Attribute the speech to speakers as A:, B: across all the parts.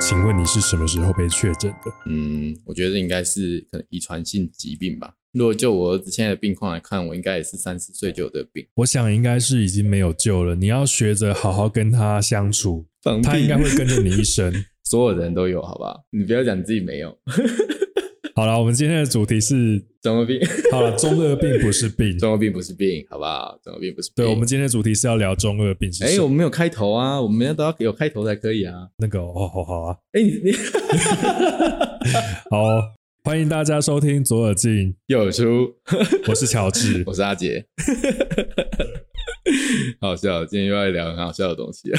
A: 请问你是什么时候被确诊的？
B: 嗯，我觉得应该是可能遗传性疾病吧。如果就我儿子现在的病况来看，我应该也是三四岁就有的病。
A: 我想应该是已经没有救了。你要学着好好跟他相处，
B: 放屁
A: 他应该会跟着你一 生。
B: 所有人都有，好不好？你不要讲自己没有。
A: 好了，我们今天的主题是，
B: 中二病，
A: 好了，中二病不是病。
B: 中二病不是病，好不好？中二病不是病。
A: 对，我们今天的主题是要聊中二病是
B: 哎、
A: 什
B: 我
A: 么。
B: 们没有开头啊，我们要都要有开头才可以啊。
A: 那个哦，好好啊，
B: 哎、你你
A: 好哦、欢迎大家收听左耳进，
B: 又有出，
A: 我是乔 治。
B: 我是阿杰。好笑，今天又要聊很好笑的东西了。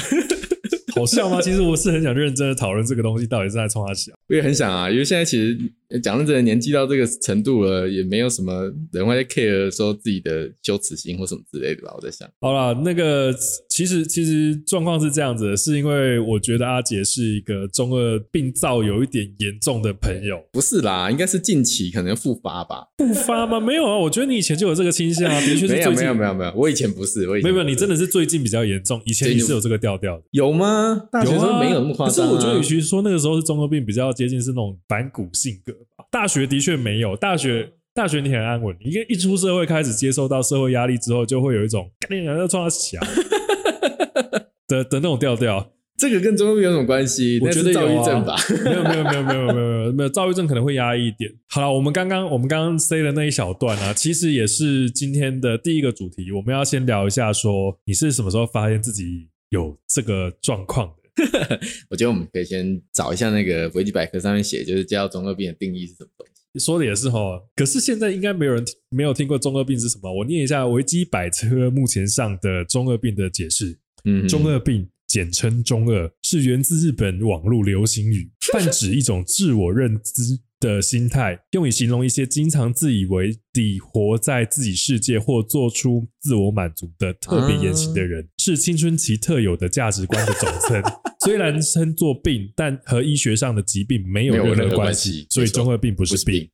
A: 好笑吗？其实我是很想认真的讨论这个东西到底是在冲他笑。
B: 我也很想啊，因为现在其实讲认真的，年纪到这个程度了，也没有什么人会 care 说自己的羞耻心或什么之类的吧。我在想，
A: 好啦，那个其实其实状况是这样子的，是因为我觉得阿杰是一个中二病灶有一点严重的朋友。
B: 不是啦，应该是近期可能复发吧。
A: 不发吗？没有啊，我觉得你以前就有这个倾向啊，的确是
B: 没有
A: 最近
B: 没有没有没有，我以前不是，我以
A: 没
B: 前
A: 有没有，你真
B: 的
A: 的是最近比较严重，以前你是有这个调调的。
B: 有吗？大学
A: 有
B: 生
A: 啊，
B: 没有那么夸张、
A: 可
B: 啊。
A: 是我觉得，与其说那个时候是中二病，比较接近是那种反骨性格吧。大学的确没有，大学大学你很安稳，你一一出社会开始接受到社会压力之后，就会有一种干你娘要撞他小的的那种调调。
B: 这个跟中二病有什么关系？
A: 我觉得
B: 那是躁
A: 有
B: 郁
A: 啊
B: 症吧。
A: 没有没有没有没有没有没有没有，躁郁症可能会压抑一点。好了，我们刚刚我们刚刚 say 的那一小段啊，其实也是今天的第一个主题，我们要先聊一下说你是什么时候发现自己有这个状况的。
B: 我觉得我们可以先找一下那个维基百科上面写，就是叫中二病的定义是什么东西。
A: 说的也是哈，可是现在应该没有人听没有听过中二病是什么。我念一下维基百科目前上的中二病的解释：
B: 嗯
A: 中二病简称中二，是源自日本网络流行 语，泛指一种自我认知的心态，用以形容一些经常自以为地活在自己世界或做出自我满足的特别言行的 人，是青春期特有的价值观的总称。虽然称作病，但和医学上的疾病没有
B: 没有
A: 任
B: 任何
A: 何关
B: 关系
A: 系，所以
B: 没错
A: 中二病不
B: 不
A: 是
B: 是
A: 病
B: 病。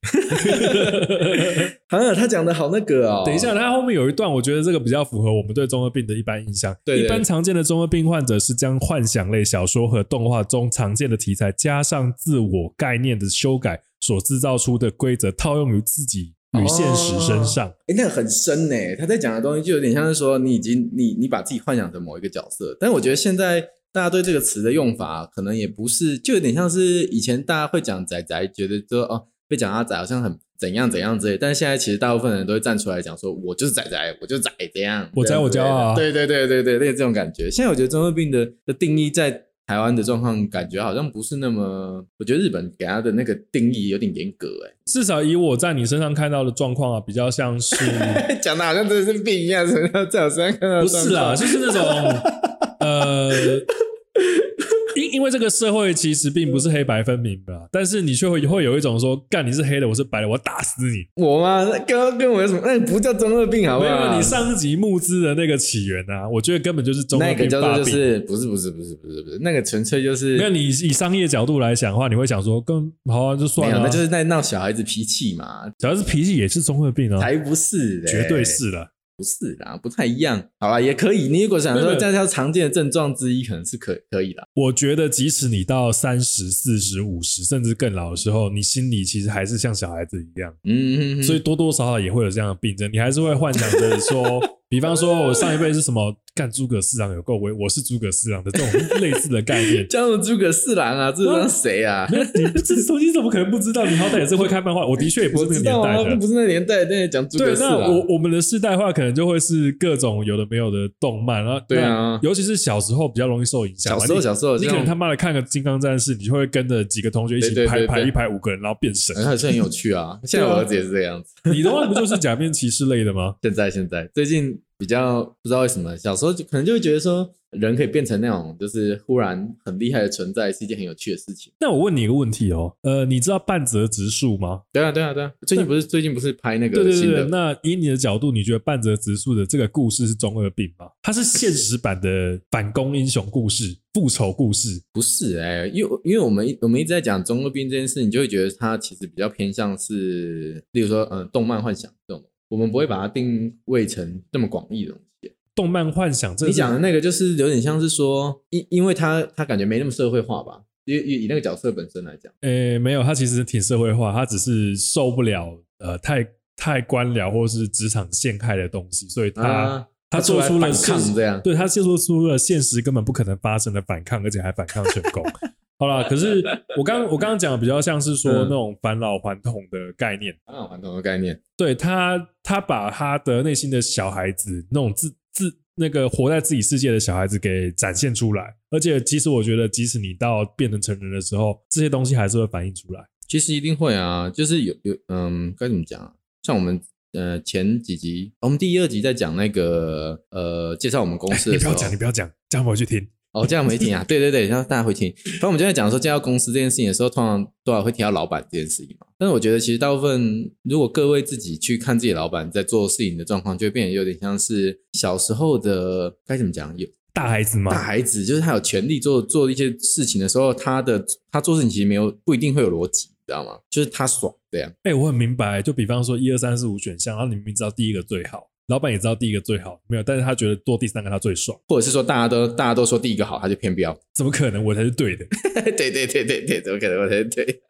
B: 啊，他讲的好那个哦。
A: 等一下，，它后面有一段，我觉得这个比较符合我们对中二病的一般印象。
B: 对对
A: 一般常见的中二病患者是将幻想类小说和动画中常见的题材加上自我概念的修改所制造出的规则，套用于自己与现实身上。
B: 哎、那个很深呢、他在讲的东西就有点像是说，你已经你你把自己幻想成某一个角色，但我觉得现在大家对这个词的用法，可能也不是，就有点像是以前大家会讲仔仔，觉得说哦，被讲阿仔好像很怎样怎样之类，但是现在其实大部分人都会站出来讲说，我就是仔仔，我就是仔怎样，
A: 我
B: 这
A: 宅
B: 样
A: 我
B: 之类
A: 骄
B: 的
A: 傲啊
B: 对对对对对，类似这种感觉。现在我觉得中二病的的定义在。台湾的状况感觉好像不是那么，我觉得日本给他的那个定义有点严格哎、
A: 至少以我在你身上看到的状况啊，比较像 是
B: 讲的好像真的是病一样，什么叫在我身上看到
A: 不
B: 的状
A: 是啦，
B: 况
A: 就是那种呃。因因为这个社会其实并不是黑白分明的啊，但是你却会会有一种说，干你是黑的，我是白的，我要打死你。
B: 我吗？那跟跟我有什么？那不叫中二病，好啊不
A: 没有没
B: 好？
A: 有，你上一集募资的那个起源啊，我觉得根本就是中
B: 那
A: 二
B: 个
A: 病
B: 叫
A: 发
B: 做
A: 病。
B: 就是不是不是不是不是不是，那个纯粹就是
A: 没有你以商业角度来讲的话，你会想说，跟好啊，就
B: 没
A: 算
B: 有，
A: 了、
B: 那
A: 啊。
B: 就是在闹小孩子脾气嘛，
A: 只要是脾气也是中二病啊，
B: 才不是、欸，
A: 绝对是的。
B: 不是啦，不太一样。好啦，也可以。你如果想
A: 没
B: 说
A: 有
B: 这样叫常见的症状之一，可能是可可以啦。
A: 我觉得即使你到三十四十五十甚至更老的时候，你心里其实还是像小孩子一样，
B: 嗯，嗯嗯
A: 所以多多少少也会有这样的病症，你还是会幻想着 说，比方说我上一辈是什么干诸葛四郎有够威，我是诸葛四郎的这种类似的概念。
B: 叫什么诸葛四郎啊，这是谁啊？
A: 没有你不知道，你怎么可能不知道？你好歹也是会看漫画，我的确也不
B: 我
A: 是那个
B: 知
A: 年
B: 道
A: 代
B: 啊，
A: 的
B: 不。是那年代，那讲诸葛
A: 对，
B: 四
A: 那
B: 郎。
A: 我我们的世代化可能就会是各种有的没有的动漫，然后
B: 对啊
A: 那尤其是小时候比较容易受影响
B: 小
A: 嘛。
B: 时候
A: 你
B: 小时候，
A: 你可能他妈的看个《金刚战士》，你就会跟着几个同学一
B: 对对
A: 起
B: 对
A: 排排
B: 对
A: 一排五个人，然后变 神。
B: 还是很有趣啊。现在我儿子也是这样子。
A: 你的话不就是假面骑士类的吗？
B: 现在现在最近比较不知道为什么，小时候就可能就会觉得说，人可以变成那种就是忽然很厉害的存在，是一件很有趣的事情。
A: 那我问你一个问题哦，呃，你知道半泽直树吗？
B: 对啊，对啊，对啊！最近不是最近不是拍那
A: 对
B: 个
A: 对
B: 新
A: 对对，
B: 的？
A: 那以你的角度，你觉得半泽直树的这个故事是中二病吗？它是现实版的反攻英雄故事、复仇故事。
B: 不是哎、因为因为我们一我们一直在讲中二病这件事，你就会觉得它其实比较偏向是，例如说嗯、呃动漫幻想这种，我们不会把它定位成这么广义的东西。
A: 动漫幻想这个
B: 你
A: 是
B: 讲的那个就是有点像是说，因因为他他感觉没那么社会化吧，以以以那个角色本身来讲，
A: 诶、呃没有，他其实挺社会化，他只是受不了呃太太官僚或是职场陷害的东西，所以他、
B: 啊
A: 他做出了
B: 他出来反抗
A: 现
B: 这样
A: 对他做出了现实根本不可能发生的反抗，而且还反抗成 功。好啦，可是我刚我刚刚讲的比较像是说
B: 嗯
A: 那种返老还童的概念，
B: 返老还童的概念，
A: 对他他把他的内心的小孩子那种自自那个活在自己世界的小孩子给展现出来，而且其实我觉得，即使你到变成成人的时候，这些东西还是会反映出来。
B: 其实一定会啊，就是有有嗯，该怎么讲啊？像我们呃前几集，哦我们第一二集在讲那个呃介绍我们公司
A: 哎你
B: 的
A: 不
B: 时候
A: 要，讲，你不要讲，讲回去听。
B: 哦，这样 没听啊？对对对，然后大家会听。反正我们就在讲说，介绍公司这件事情的时候，通常多少会提到老板这件事情嘛。但是我觉得，其实大部分如果各位自己去看自己老板在做事情的状况，就会变得有点像是小时候的该怎么讲？有
A: 大孩子
B: 大
A: 嘛，
B: 孩子就是他有权利做做一些事情的时候，他的他做事情其实没有不一定会有逻辑，你知道吗？就是他爽这样。
A: 哎、我很明白。就比方说一二三四五选项，然后你明明知道第一个最好，老板也知道第一个最好，没有，但是他觉得做第三个他最爽，
B: 或者是说大家都大家都说第一个好，他就偏不要。
A: 怎么可能我才是对的？
B: 对对对对对，怎么可能？我才 对，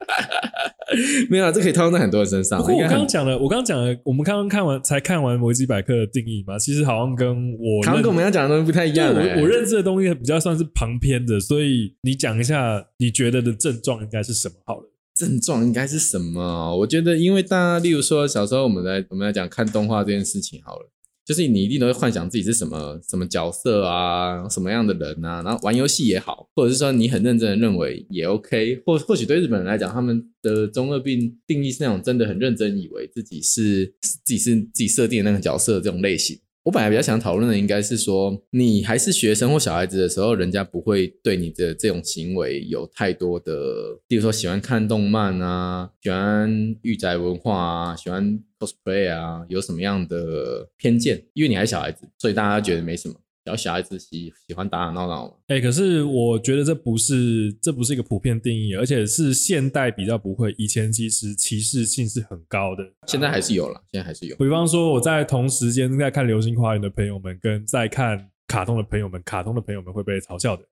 B: 没有啊，这可以套用在很多人身上。
A: 不过我
B: 啊应该
A: 刚
B: 很
A: 刚讲了，我刚刚讲了，我们刚刚看完才看完维基百科的定义嘛，其实好像跟我
B: 好像
A: 认
B: 跟我们要讲的东西不太一
A: 对
B: 样、欸。
A: 我我认知的东西比较算是旁边的，所以你讲一下你觉得的症状应该是什么好了。
B: 症状应该是什么？啊我觉得，因为大家，例如说小时候我们来我们来讲看动画这件事情好了，就是你一定都会幻想自己是什么什么角色啊，什么样的人啊，然后玩游戏也好，或者是说你很认真的认为也 OK，或或许对日本人来讲，他们的中二病定义是那种真的很认真以为自己是自己是自己设定的那个角色的这种类型。我本来比较想讨论的应该是说，你还是学生或小孩子的时候，人家不会对你的这种行为有太多的，例如说喜欢看动漫啊，喜欢御宅文化啊，喜欢 cosplay 啊，有什么样的偏见？因为你还是小孩子，所以大家觉得没什么。然后小孩子喜喜欢打打闹闹嘛，
A: 哎、可是我觉得这不是这不是一个普遍定义，而且是现代比较不会，以前其实歧视性是很高的。
B: 现在还是有了，现在还是有。
A: 比方说，我在同时间在看《流星花园》的朋友们，跟在看卡通的朋友们，卡通的朋友们会被嘲笑的。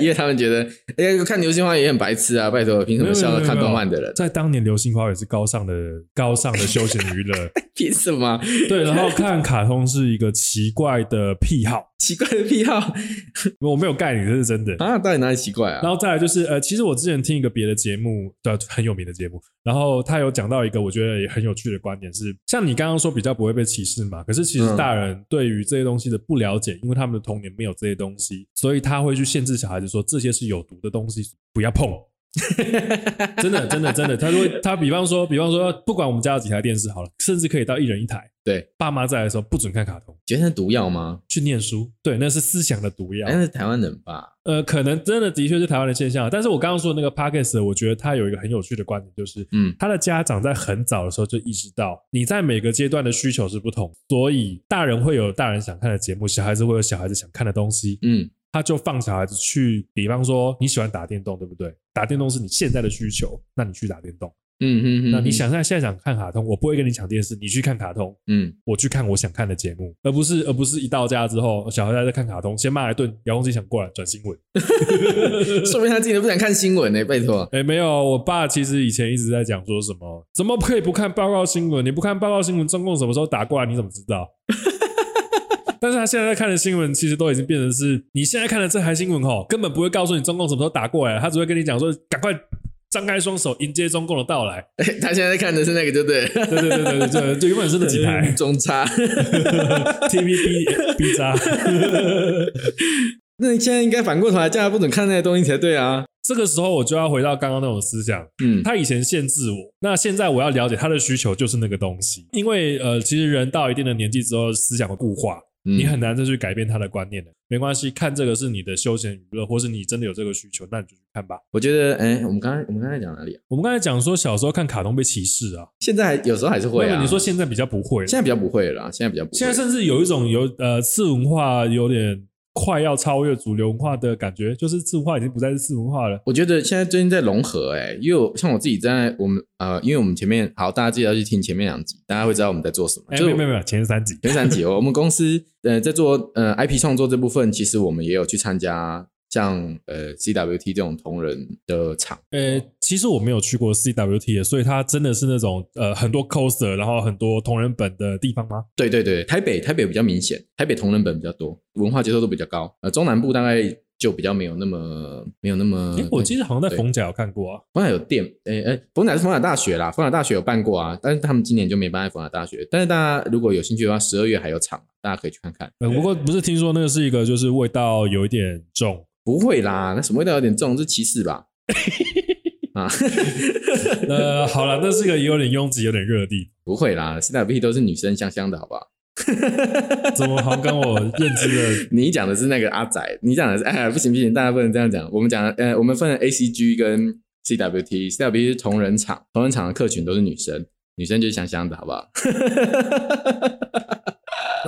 B: 因为他们觉得，哎、呀，看流星花园也很白痴啊！拜托，凭什么笑看动漫的人？
A: 在当年，《流星花园》是高尚的高尚的休闲娱乐，
B: 凭什么？
A: 对。然后看卡通是一个奇怪的癖好，
B: 奇怪的癖好
A: 我没有盖你，这是真的。
B: 啊！到底哪里奇怪
A: 然
B: 啊？
A: 后再来就是呃，其实我之前听一个别的节目，对，啊很有名的节目，然后他有讲到一个我觉得也很有趣的观点是，像你刚刚说比较不会被歧视嘛，可是其实
B: 嗯
A: 大人对于这些东西的不了解，因为他们的童年没有这些东西，所以他会去限制小孩子说这些是有毒的东西，不要碰。 真的，真的，真的，他就会他比方说，比方说，不管我们家有几台电视好了，甚至可以到一人一台。
B: 对，
A: 爸妈在的时候不准看卡通，
B: 觉得是毒药吗？
A: 去念书。对，那是思想的毒药。
B: 哎，那是台湾人吧？
A: 呃，可能真的的确是台湾的现象，但是我刚刚说的那个 podcast，我觉得他有一个很有趣的观点，就是，
B: 嗯
A: 他的家长在很早的时候就意识到，你在每个阶段的需求是不同，所以大人会有大人想看的节目，小孩子会有小孩子想看的东西，
B: 嗯，
A: 他就放小孩子去，比方说你喜欢打电动，对不对？打电动是你现在的需求，那你去打电动。
B: 嗯嗯嗯，
A: 那你想现在想看卡通，我不会跟你抢电视，你去看卡通，
B: 嗯，
A: 我去看我想看的节目，而不是而不是一到家之后，小孩在看卡通，先骂一顿，遥控器想过来转新闻。
B: 嗯，说明他自己都不想看新闻呢、拜托。
A: 哎、没有，我爸其实以前一直在讲说什么，怎么可以不看报告新闻？你不看报告新闻，中共什么时候打过来，你怎么知道？ 但是他现在在看的新闻，其实都已经变成是你现在看的这台新闻吼，根本不会告诉你中共什么时候打过来，他只会跟你讲说，赶快张开双手迎接中共的到来。
B: 哎他现在看的是那个，对不对？
A: 对对对对对对，就原本是那几台
B: 中差。
A: TVB B 渣，
B: 那你现在应该反过头来，叫他不准看那些东西才对啊。
A: 这个时候我就要回到刚刚那种思想，
B: 嗯，
A: 他以前限制我，那现在我要了解他的需求就是那个东西，因为呃，其实人到一定的年纪之后，思想会固化，
B: 你
A: 你很难再去改变他的观念的。没关系，看这个是你的休闲娱乐，或是你真的有这个需求，那你就去看吧。
B: 我觉得，哎、我们刚才我们刚才讲哪里啊？
A: 我们刚才讲说小时候看卡通被歧视啊，
B: 现在还有时候还是会
A: 那
B: 啊。
A: 么你说现在比较不会了，
B: 现在比较不会了啦，现在比较不会。
A: 现在甚至有一种有呃次文化有点快要超越主流文化的感觉，就是次文化已经不再是次文化了。
B: 我觉得现在最近在融合、欸，因为我像我自己在我们呃，因为我们前面好，大家记得要去听前面两集，大家会知道我们在做什么。
A: 哎、
B: 就是
A: 没有
B: 我
A: 没有没有，前三集
B: 前三集，我们公司呃在做呃 IP 创作这部分，其实我们也有去参加像呃 CWT 这种同人的场，
A: 呃，其实我没有去过 CWT，的所以它真的是那种呃很多 coser，然后很多同人本的地方吗？
B: 对对对，台北台北比较明显，台北同人本比较多，文化接受度比较高。呃，中南部大概就比较没有那么没有那么
A: 诶，我记得好像在
B: 对
A: 冯甲有看过啊。
B: 冯甲有店，诶、诶，冯甲是冯甲大学啦，冯甲大学有办过啊，但是他们今年就没办在冯甲大学。但是大家如果有兴趣的话，十二月还有场，大家可以去看看。
A: 呃，不过不是听说那个是一个就是味道有一点重，
B: 不会啦，那什么味道有点重，这歧视吧？啊，
A: 呃，好了，那是个有点拥挤、有点热的地方，
B: 不会啦，CWT 都是女生香香的，好不好？
A: 怎么好像跟我认知的？
B: 你讲的是那个阿仔，你讲的是哎，不行不行，大家不能这样讲。我们讲的呃，我们分了 ACG 跟 CWT，CWT 是同人场，同人场的客群都是女生，女生就是香香的，好不好？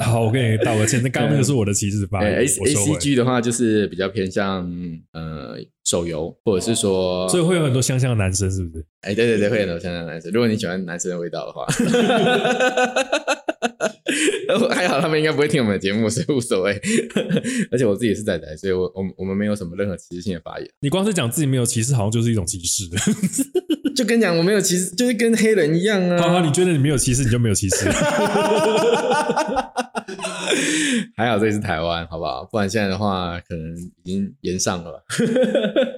A: 好，我跟你道个歉，那刚刚那个是我的歧视发言，
B: 哎 A
A: 哎我
B: A
A: 收
B: C
A: 回。
B: G 的话，就是比较偏向呃手游，或者是说，
A: 所以会有很多香香的男生，是不是？
B: 哎、对对对，会很多香香的男生。如果你喜欢男生的味道的话， 呃还好他们应该不会听我们的节目，所以无所谓。 而且我自己也是仔仔，所以我我们我们没有什么任何歧视性的发言。
A: 你光是讲自己没有歧视，好像就是一种歧视。
B: 就跟你讲，我没有歧视，就是跟黑人一样 啊。
A: 好好，你觉得你没有歧视，你就没有歧视。
B: 还好这里是台湾，好不好？不然现在的话，可能已经延上了。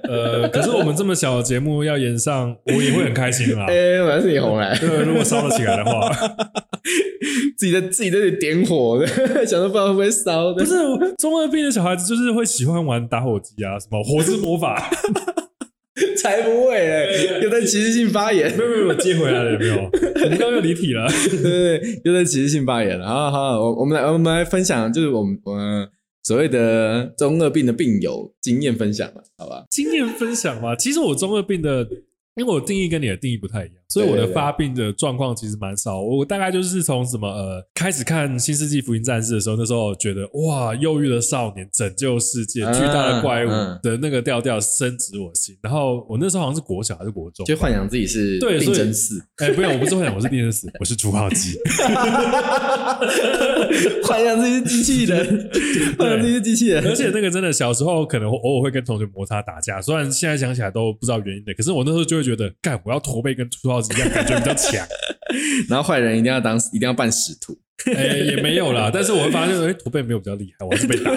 A: 呃，可是我们这么小的节目要延上，我也会很开心 啦。
B: 哎、我还是你红 来。
A: 对，如果烧得起来的话，
B: 自己在自己在这里点火的， 想说不知道会不会烧 的
A: 不。是中二病的小孩子，就是会喜欢玩打火机啊，什么火之魔法，
B: 才不会嘞，又在歧视性发言，
A: 没有没有没有接回来了，有 没有？我们刚刚又离题了。
B: 对对对，又在歧视性发言了。好好，我我们来我们来分享，就是我们我们所谓的中二病的病友经验分享了，好吧？
A: 经验分享嘛。其实我中二病的，因为我定义跟你的定义不太一样，所以我的发病的状况其实蛮少。我大概就是从什么呃开始看《新世纪福音战士》的时候，那时候觉得哇，忧郁的少年拯救世界，
B: 嗯
A: 巨大的怪物
B: 嗯
A: 的那个调调深植我心。然后我那时候好像是国小还是国中，
B: 就幻想自己是
A: 对
B: 病
A: 所以
B: 真 寺，
A: 哎，不用，我不是幻想，我是电视，我是朱浩基。
B: 幻想自己是机器 人，幻想自己是机器人，
A: 而且那个真的小时候可能偶尔会跟同学摩擦打架，虽然现在想起来都不知道原因的，可是我那时候就会觉得，干，我要驼背跟朱浩基一样，感觉比较强。
B: 然后坏人一定要当一定要扮使徒，
A: 哎、也没有啦，但是我会发现，哎、驼背没有比较厉害，我还是被打。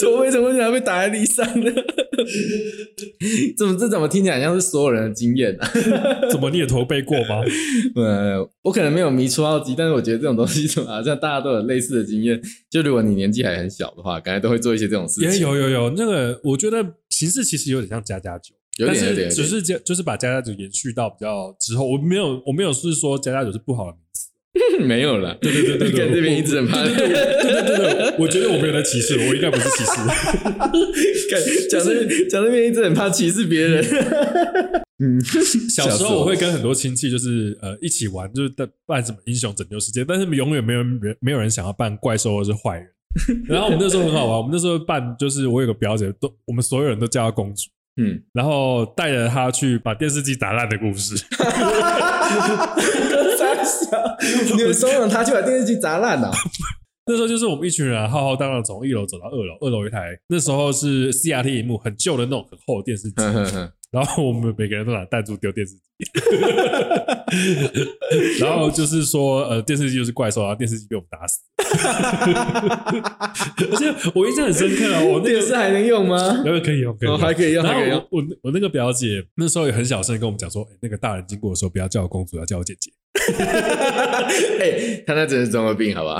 B: 驼背怎么竟然被打在地上呢？ 怎么这怎么听起来像是所有人的经验啊？
A: 怎么你也驼背过吗？
B: 呃，我可能没有迷出奥基，但是我觉得这种东西怎么好像大家都有类似的经验。就如果你年纪还很小的话，感觉都会做一些这种事
A: 也
B: 情。
A: 有有有，那个我觉得形式其实有点像家家酒，
B: 有点有
A: 但
B: 点
A: 是
B: 有
A: 只
B: 点
A: 是就就是把家家酒延续到比较之后，我没有我没有是说家家酒是不好的名词，
B: 没有了。对
A: 对对对
B: 这边一直很怕，
A: 对对对对，我觉得我没有在歧视，我应该不是歧视。
B: 感讲这讲这边一直很怕歧视别人。嗯，
A: 小时候我会跟很多亲戚就是呃一起玩，就是在扮什么英雄拯救世界，但是永远没有人没有人想要扮怪兽或是坏人。然后我们那时候很好玩，我们那时候扮就是我有个表姐，都我们所有人都叫她公主，
B: 嗯，
A: 然后带着她去把电视机打烂的故事。
B: 傻笑，你们怂恿他去把电视机砸烂啊了、
A: 那时候就是我们一群人啊浩浩荡荡从一楼走到二楼，二楼有一台那时候是 CRT 荧幕很旧的那种很厚的电 视机，
B: 哦！
A: 然后我们每个人都拿弹珠丢电视机，然后就是说，呃，电视机就是怪兽，然后电视机被我们打死。 而且我印象很深刻啊，我那
B: 电视还能用吗？
A: 个可以用，可以啊
B: 哦，
A: 用。
B: 还可以用，还可以
A: 然
B: 用
A: 后。我我那我那个表姐那时候也很小声地跟我们讲说，哎，那个大人经过的时候不要叫我公主，要叫我姐姐。
B: 哎、他那真是中二病，好不 好？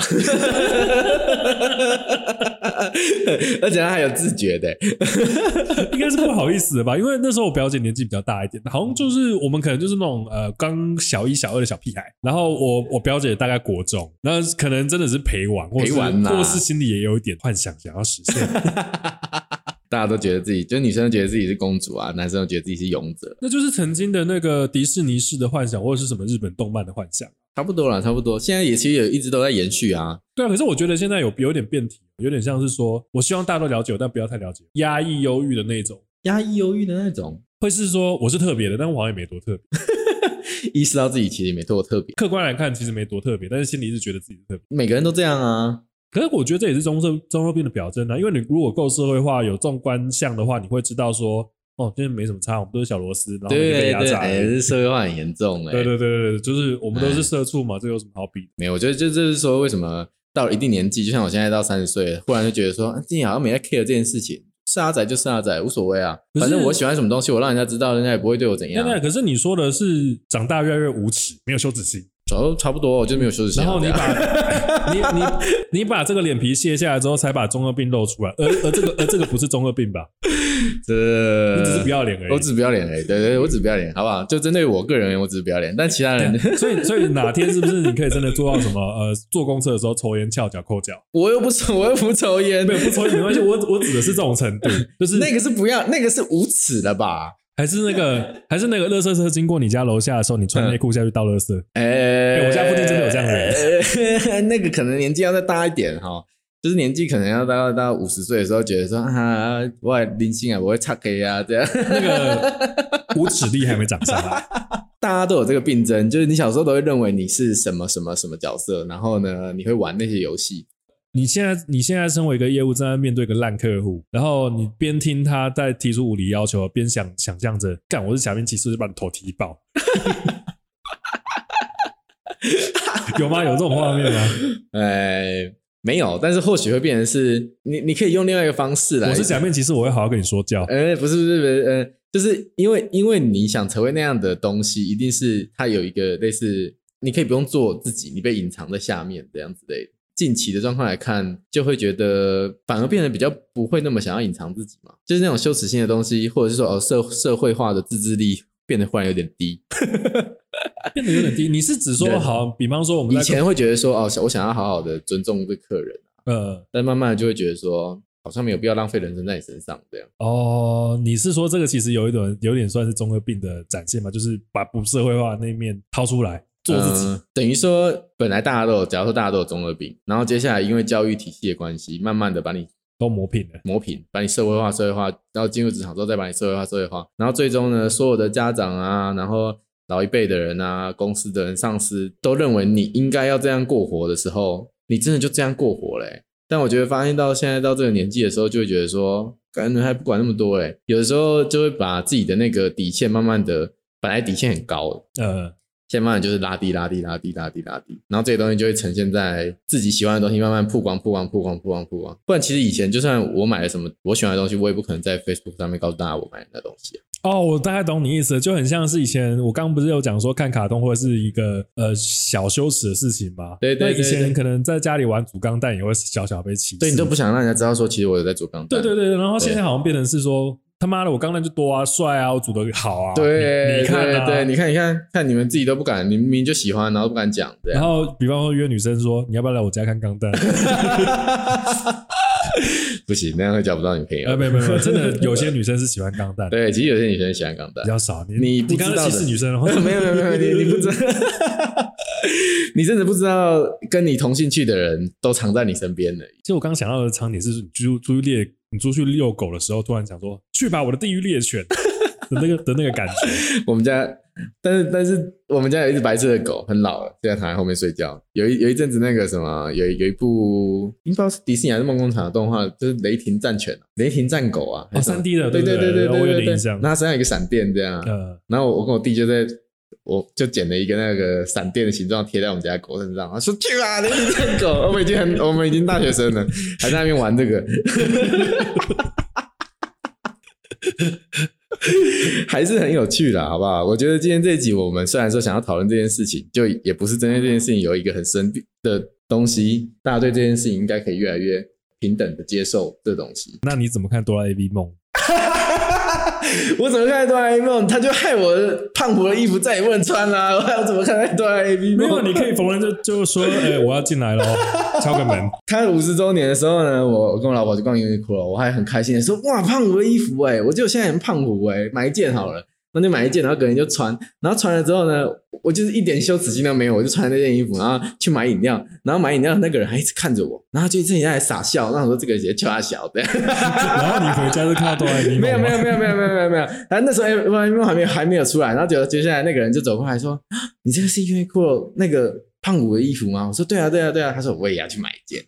B: 而且他还有自觉的、
A: 应该是不好意思的吧，因为那时候我表姐年纪比较大一点，好像就是
B: 嗯
A: 我们可能就是那种呃刚小一小二的小屁孩，然后我我表姐大概国中，那可能真的是陪玩，或是
B: 陪玩啦
A: 或是心里也有一点幻想想要实现，
B: 大家都觉得自己，就是女生都觉得自己是公主啊，男生都觉得自己是勇者，
A: 那就是曾经的那个迪士尼式的幻想，或者是什么日本动漫的幻想。
B: 差不多啦，差不多。现在也其实也一直都在延续啊，
A: 对啊，可是我觉得现在有有点变体，有点像是说，我希望大家都了解我，但不要太了解我，压抑、忧郁的那种，
B: 压抑、忧郁的那种，
A: 会是说我是特别的，但我好像也没多特别。
B: 意识到自己其实没多特别，
A: 客观来看，其实没多特别，但是心里一直觉得自己是特别。
B: 每个人都这样啊。
A: 可是我觉得这也是中社中二病的表征啊，因为你如果够社会化、有纵观项的话，你会知道说，哦，今天没什么差，我们都是小螺丝，然后哦每天被
B: 对
A: 压
B: 对，
A: 榨而已。
B: 哎，这社会化很严重哎。
A: 对对对对对，就是我们都是社畜嘛，这有什么好比的？
B: 没有，我觉得这这是说为什么到了一定年纪，就像我现在到三十岁了，忽然就觉得说，啊自己好像没在 care 这件事情，是阿仔就是阿仔，无所谓啊，
A: 可是
B: 反正我喜欢什么东西，我让人家知道，人家也不会对我怎
A: 那
B: 样。
A: 那可是你说的是长大越来越无耻，没有羞耻心，
B: 差不多差不多，我就没有羞耻心
A: 然
B: 啊。
A: 后你
B: 这样
A: 把你你你把这个脸皮卸下来之后，才把中二病露出来，而而这个而这个不是中二病 吧？
B: 这
A: 你只是不要脸而已。
B: 呃我只不要脸而已，对对，我只不要脸，好不好？就针对我个人，我只是不要脸，但其他人
A: 所以，所以哪天是不是你可以真的做到什么？呃，坐公车的时候抽烟、翘脚、抠脚，
B: 我又不抽，我又不抽烟
A: 没，有不抽烟没关系。我我指的是这种程 度，就是
B: 那个是不要，那个是无耻的吧？
A: 还是那个还是那个垃圾车经过你家楼下的时候，你穿内裤下去倒垃 圾，
B: 哎、
A: 我家附近真的有这样的
B: 人。那个可能年纪要再大一点哈，就是年纪可能要到到五十岁的时候，觉得说啊，我零星啊，我会擦黑啊，这样。
A: 那个无耻力还没长上来。
B: 大家都有这个病症，就是你小时候都会认为你是什么什么什么角色，然后呢，你会玩那些游戏。
A: 你现在你现在身为一个业务，正在面对一个烂客户，然后你边听他在提出无理要求，边想想象着，干我是假面骑士，就把你头踢爆。 有吗？有这种画面吗？
B: 呃，没有，但是或许会变成是你，你可以用另外一个方式 来。
A: 我是假面骑士，我会好好跟你说教。
B: 呃，不是不是不是，呃，就是因为因为你想成为那样的东西，一定是它有一个类似，你可以不用做自己，你被隐藏在下面这样子的。近期的状况来看，就会觉得反而变得比较不会那么想要隐藏自己嘛，就是那种羞耻心的东西，或者是说哦社社会化的自制力变得忽然有点低。
A: 变得有点低。你是指说
B: 对
A: 好，比方说我们
B: 以
A: 在
B: 前会觉得说哦，我想要好好的尊重这客人，啊
A: 呃
B: 但慢慢的就会觉得说好像没有必要浪费人生在你身上这样。
A: 哦，你是说这个其实有一种有点算是中二病的展现嘛，就是把不社会化的那一面掏出来做自己。
B: 嗯等于说本来大家都有，假如说大家都有中二病，然后接下来因为教育体系的关系，慢慢的把你
A: 都磨平了，
B: 磨平，把你社会化、社会化，然后进入职场之后再把你社会化、社会化，然后最终呢，所有的家长啊，然后老一辈的人啊，公司的人、上司都认为你应该要这样过活的时候，你真的就这样过活嘞、但我觉得发现到现在到这个年纪的时候，就会觉得说，感觉还不管那么多哎、有的时候就会把自己的那个底线慢慢的，本来底线很高的
A: 呃，
B: 现在慢慢就是拉低、拉低、拉低、拉低、拉低，然后这些东西就会呈现在自己喜欢的东西慢慢曝光、曝光、曝光、曝光、曝光。不然其实以前就算我买了什么我喜欢的东西，我也不可能在 Facebook 上面告诉大家我买了那东西、啊。
A: 哦，我大概懂你意思了，就很像是以前我刚刚不是有讲说看卡通会是一个呃小羞耻的事情嘛？
B: 对对
A: 那
B: 对
A: 以前
B: 对
A: 可能在家里玩竹钢蛋也会小小被歧视，
B: 对你都不想让人家知道说，其实我有在做钢
A: 对对
B: 弹。
A: 对，然后
B: 对
A: 现在好像变成是说他妈的我钢蛋就多啊，帅啊，我煮的好啊，
B: 对，
A: 你你看啊，
B: 对对，你看，你看，看你们自己都不敢，你们明明就喜欢，然后不敢讲，啊这
A: 然
B: 样。
A: 后，比方说约女生说你要不要来我家看钢弹？
B: 不行，那样会交不到女朋友。
A: 呃，没有没有没 有，真的有些女生是喜欢钢弹，
B: 对，其实有些女生喜欢钢弹
A: 比，较少。你
B: 你不
A: 你刚
B: 知道
A: 刚歧
B: 的
A: 视女 生
B: 没
A: 了？
B: 有没有没有，你你不知道， 你真的不知道跟你同兴趣的人都藏在你身边的。
A: 其实我刚想到的场景是，你出出去猎，你出去遛狗的时候，突然想说去吧，我的地狱猎 犬的那个的那个 感觉。
B: 我们家，但是但是我们家有一只白色的狗，很老了，现在躺在后面睡觉。有一有一阵子那个什么，有一有一部应该是迪士尼还是梦工厂的动画，就是雷霆战犬、雷霆战狗啊，还是什么
A: 3D 哦的
B: 对
A: 对不
B: 对
A: 对
B: 对
A: 我有
B: 对
A: 点
B: 对
A: 印象
B: 那它身上有一个闪电这样，啊
A: 呃，
B: 然后我跟我弟就在，我就剪了一个那个闪电的形状贴在我们家狗身上，他说去啊，那是这狗，我们已经很，我们已经大学生了，还在那边玩这个，还是很有趣的，好不好？我觉得今天这一集我们虽然说想要讨论这件事情，就也不是针对这件事情有一个很深的东西，大家对这件事情应该可以越来越平等的接受这东西。
A: 那你怎么看哆啦 A 梦？
B: 我怎么看哆啦 A 梦？他就害我胖虎的衣服再也不能穿啦、 我还要怎么看待哆啦 A 梦？
A: 没有，你可以逢人就就 说，哎，我要进来了哦，敲个门。
B: 他五十周年的时候呢，我我跟我老婆去逛 Uniqlo，我还很开心的说：“哇，胖虎的衣服哎、我就现在很胖虎哎、买一件好了。”那就买一件，然后隔天就穿，然后穿了之后呢，我就是一点羞耻心都没有，我就穿那件衣服，然后去买饮料，然后买饮料那个人还一直看着我，然后就一直在那里傻笑，然后我说这个人直接叫他小 的。
A: 然后你回家就看到哆啦 A 梦，哦
B: 没有没有没
A: 有，
B: 有没有没有没有没有，然后那时候 A 还没有还没有还没有出来，然后结果接下来那个人就走过来说：“啊你这个是因为 u 那个胖虎的衣服吗？我说对啊，对啊，对啊。他说我也要去买一件。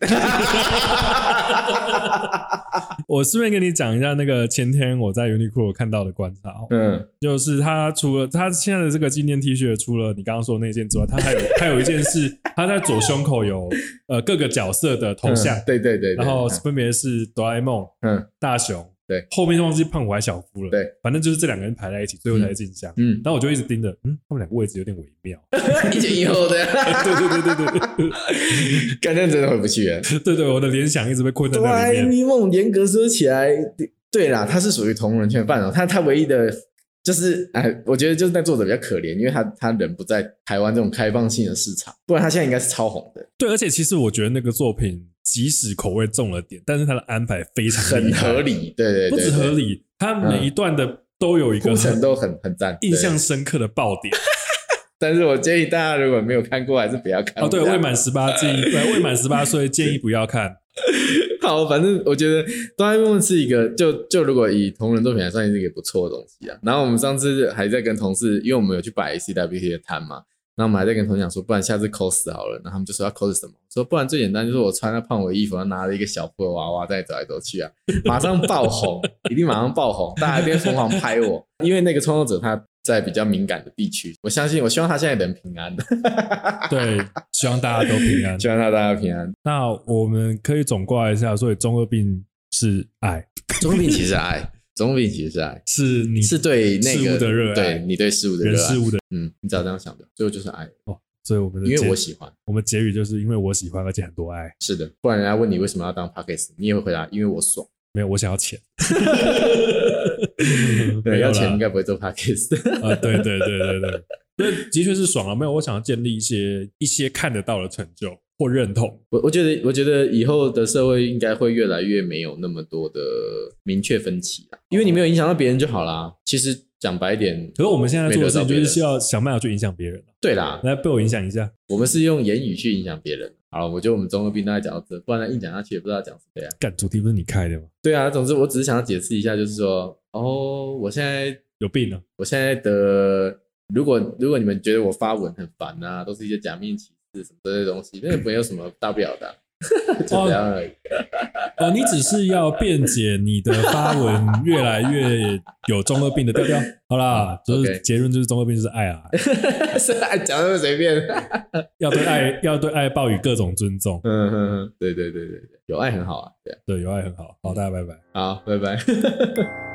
A: 我顺便跟你讲一下那个前天我在 Uniqlo 看到的观察哦，
B: 嗯，
A: 就是它除了它现在的这个纪念 T 恤，除了你刚刚说的那件之外，它还有还有一件是它在左胸口有呃各个角色的头像，
B: 嗯对对对对，
A: 然后
B: 嗯
A: 分别是哆啦 A 梦、
B: 嗯
A: 大雄，
B: 对，
A: 后面忘记胖虎还小夫了，
B: 对，
A: 反正就是这两个人排在一起，最后才进香。
B: 嗯，啊
A: 然后我就一直盯着，嗯，他们两个位置有点微妙。
B: 一件以后的，
A: 对对对对对
B: 干这真的回不去了。
A: 对对对，我的联想一直被困在
B: 哆
A: 那
B: 啦
A: 里
B: A
A: 面。
B: 梦严格说起来，对对啦，他是属于同人圈范畴，他他唯一的。就是哎，我觉得就是那作者比较可怜，因为他他人不在台湾这种开放性的市场，不然他现在应该是超红的，
A: 对，而且其实我觉得那个作品即使口味重了点，但是它的安排非常
B: 很
A: 厉害
B: 合，理，对对对
A: 不止
B: 对嗯
A: 合理，它每一段的都有一个
B: 铺
A: 很
B: 陈都很很赞，
A: 印
B: 对
A: 象深刻的爆 点。
B: 但是我建议大家如果没有看过，还是不要看。
A: 哦，对，
B: 我
A: 未
B: 想
A: 满十八禁，对，未满十八岁建议不要看。
B: 好，反正我觉得哆啦 A 梦是一个，就就如果以同人作品来算是一个不错的东西啊。然后我们上次还在跟同事，因为我们有去摆 CWT 的摊嘛，然后我们还在跟同事讲说，不然下次 cos 好了。然后他们就说要 cos 什么，说不然最简单就是我穿那胖伟衣服，然后拿了一个小布的娃娃在走来走去啊，马上爆红，一定马上爆红，大家一定疯狂拍我，因为那个创作者他在比较敏感的地区，我相信，我希望他现在人平安的，
A: 对，希望大家都平安。
B: 希望他大家平安。
A: 那我们可以总括一下，所以中二病是爱，
B: 中病其实是 爱，中病其实是爱，
A: 是你
B: 是对那
A: 事
B: 个
A: 物的热爱
B: 对你对事物的
A: 人
B: 热爱
A: 事。物的，
B: 嗯，你只要这样想的，最后就是爱，
A: 所以我们的
B: 因
A: 结
B: 为我喜欢。
A: 我们结语就是因为我喜欢，而且很多爱。
B: 是的，不然人家问你为什么要当 podcast，你也会回答因为我爽。
A: 没有，我想要钱。 没
B: 对，
A: 有
B: 要
A: 啦
B: 钱应该不会做 podcast。
A: 啊，对对对对对，那的确是爽啊了。没有，我想要建立一些一些看得到的成就或认同。
B: 我我觉得，我觉得以后的社会应该会越来越没有那么多的明确分歧啊，因为你没有影响到别人就好啦。其实讲白一点，
A: 可是我们现在做的事情就是需
B: 要
A: 要想办法去影响别人啊
B: 对啦，
A: 来被我影响一下。
B: 我们是用言语去影响别人。好了，我觉得我们中二病大概讲到这，不然硬讲下去也不知道讲什么呀。
A: 干，主题不是你开的吗？
B: 对啊，总之我只是想要解释一下，就是说，哦，我现在
A: 有病啊！
B: 我现在的，如果如果你们觉得我发文很烦啊，都是一些假面骑士什么这些东西，那也没有什么大不了的啊、 就这样而已。
A: 哦，你只是要辩解你的发文越来越有中二病的调调。好啦，就是
B: OK
A: 结论就是中二病就是爱啊，
B: 是啊，讲那么随便。
A: 要对爱要对爱抱以各种尊重。
B: 嗯哼哼，对对对对对，有爱很好啊，对啊，
A: 对，有爱很好。好，大家拜拜。
B: 好，拜拜。